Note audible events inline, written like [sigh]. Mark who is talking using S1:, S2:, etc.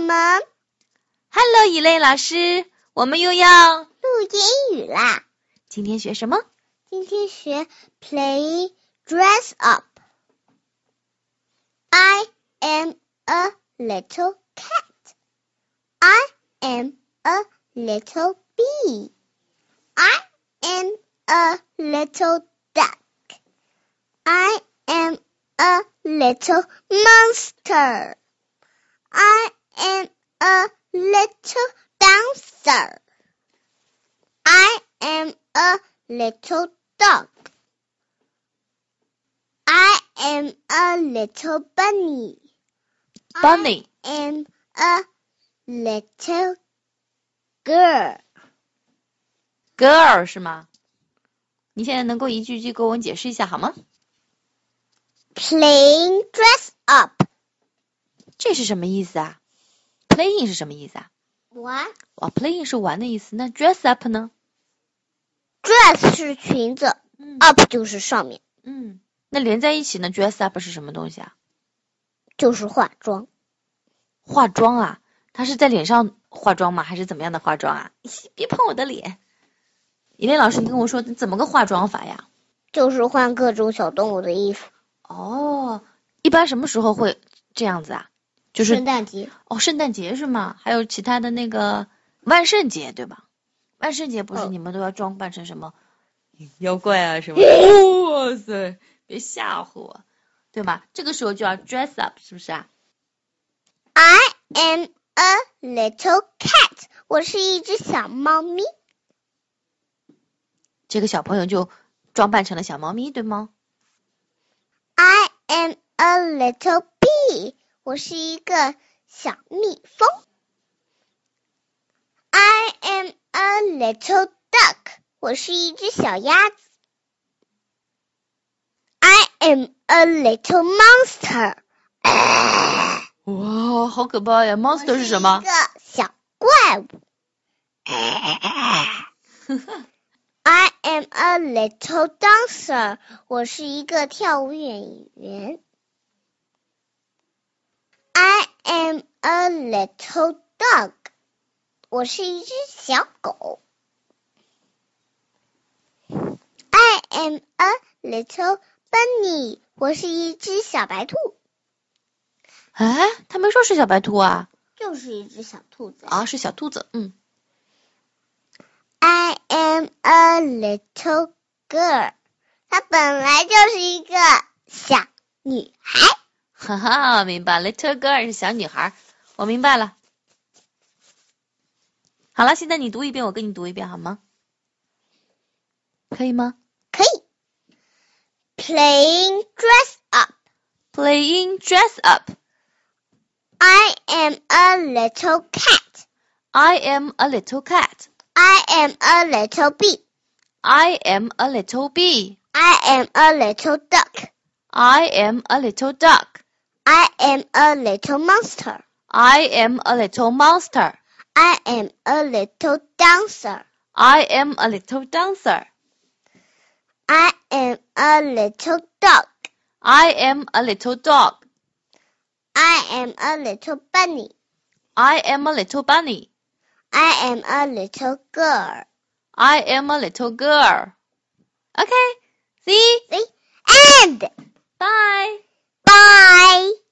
S1: 们
S2: Hello，以类老师，我们又要
S1: 录英语啦！
S2: 今天学什么？
S1: 今天学 play dress up。I am a little cat. I am a little bee. I am a little duck. I am a little monster. I am a little dancer. I am a little dog. I am a little bunny.
S2: Bunny，
S1: I am a little girl.
S2: girl 是吗？你现在能够一句一句给我解释一下好吗？
S1: Playing dress up.
S2: 这是什么意思啊？Playing 是什么意思啊？
S1: What?
S2: 哇，playing 是玩的意思，那 dress up 呢？
S1: Dress 是裙子
S2: 嗯
S1: ，up 就是上面，
S2: 嗯，那连在一起呢？dress up 是什么东西啊？
S1: 就是化妆。
S2: 化妆啊？它是在脸上化妆吗？还是怎么样的化妆啊？ [laughs] 别碰我的脸！以类老师，你跟我说怎么个化妆法呀？
S1: 就是换各种小动物的衣服。
S2: 哦，一般什么时候会这样子啊？就是
S1: 圣诞节
S2: 哦，圣诞节是吗？还有其他的那个万圣节对吧？万圣节不是
S1: 嗯
S2: 你们都要装扮成什么妖怪啊什么 [laughs] 的？哇塞，别吓唬我，对吧？这个时候就要 dress up，是不是啊？
S1: ，I am a little cat，我是一只小猫咪。
S2: 这个小朋友就装扮成了小猫咪，对吗？
S1: I am a little bee，我是一个小蜜蜂。I am a little duck，我是一只小鸭子。I am a little monster，
S2: 哇，好可怕呀
S1: 我
S2: ！Monster 是什么哎
S1: 一个小怪物。I am a little dancer，我是一个跳舞演员。I am a little dog，我是一只小狗。I am a little bunny，我是一只小白兔，
S2: 哎，他没说是小白兔啊，
S1: 就是一只小兔子。
S2: 啊，是小兔子，嗯，
S1: I am a little girl，她本来就是一个小女孩。
S2: 哈哈，明白，Little girl 是小女孩，我明白了。好了，现在你读一遍，我跟你读一遍好吗？可以吗
S1: 可以。Playing dress up.
S2: ？Playing dress up.
S1: I am a little cat.
S2: I am a little cat.
S1: I am a little bee.
S2: I am a little bee.
S1: I am a little duck.
S2: I am a little duck.
S1: I am a little monster.
S2: I am a little monster.
S1: I am a little dancer.
S2: I am a little dancer.
S1: I am a little dog.
S2: I am a little dog.
S1: I am a little bunny.
S2: I am a little bunny.
S1: I am a little girl.
S2: I am a little girl. Okay. See.
S1: And
S2: Bye.
S1: bye.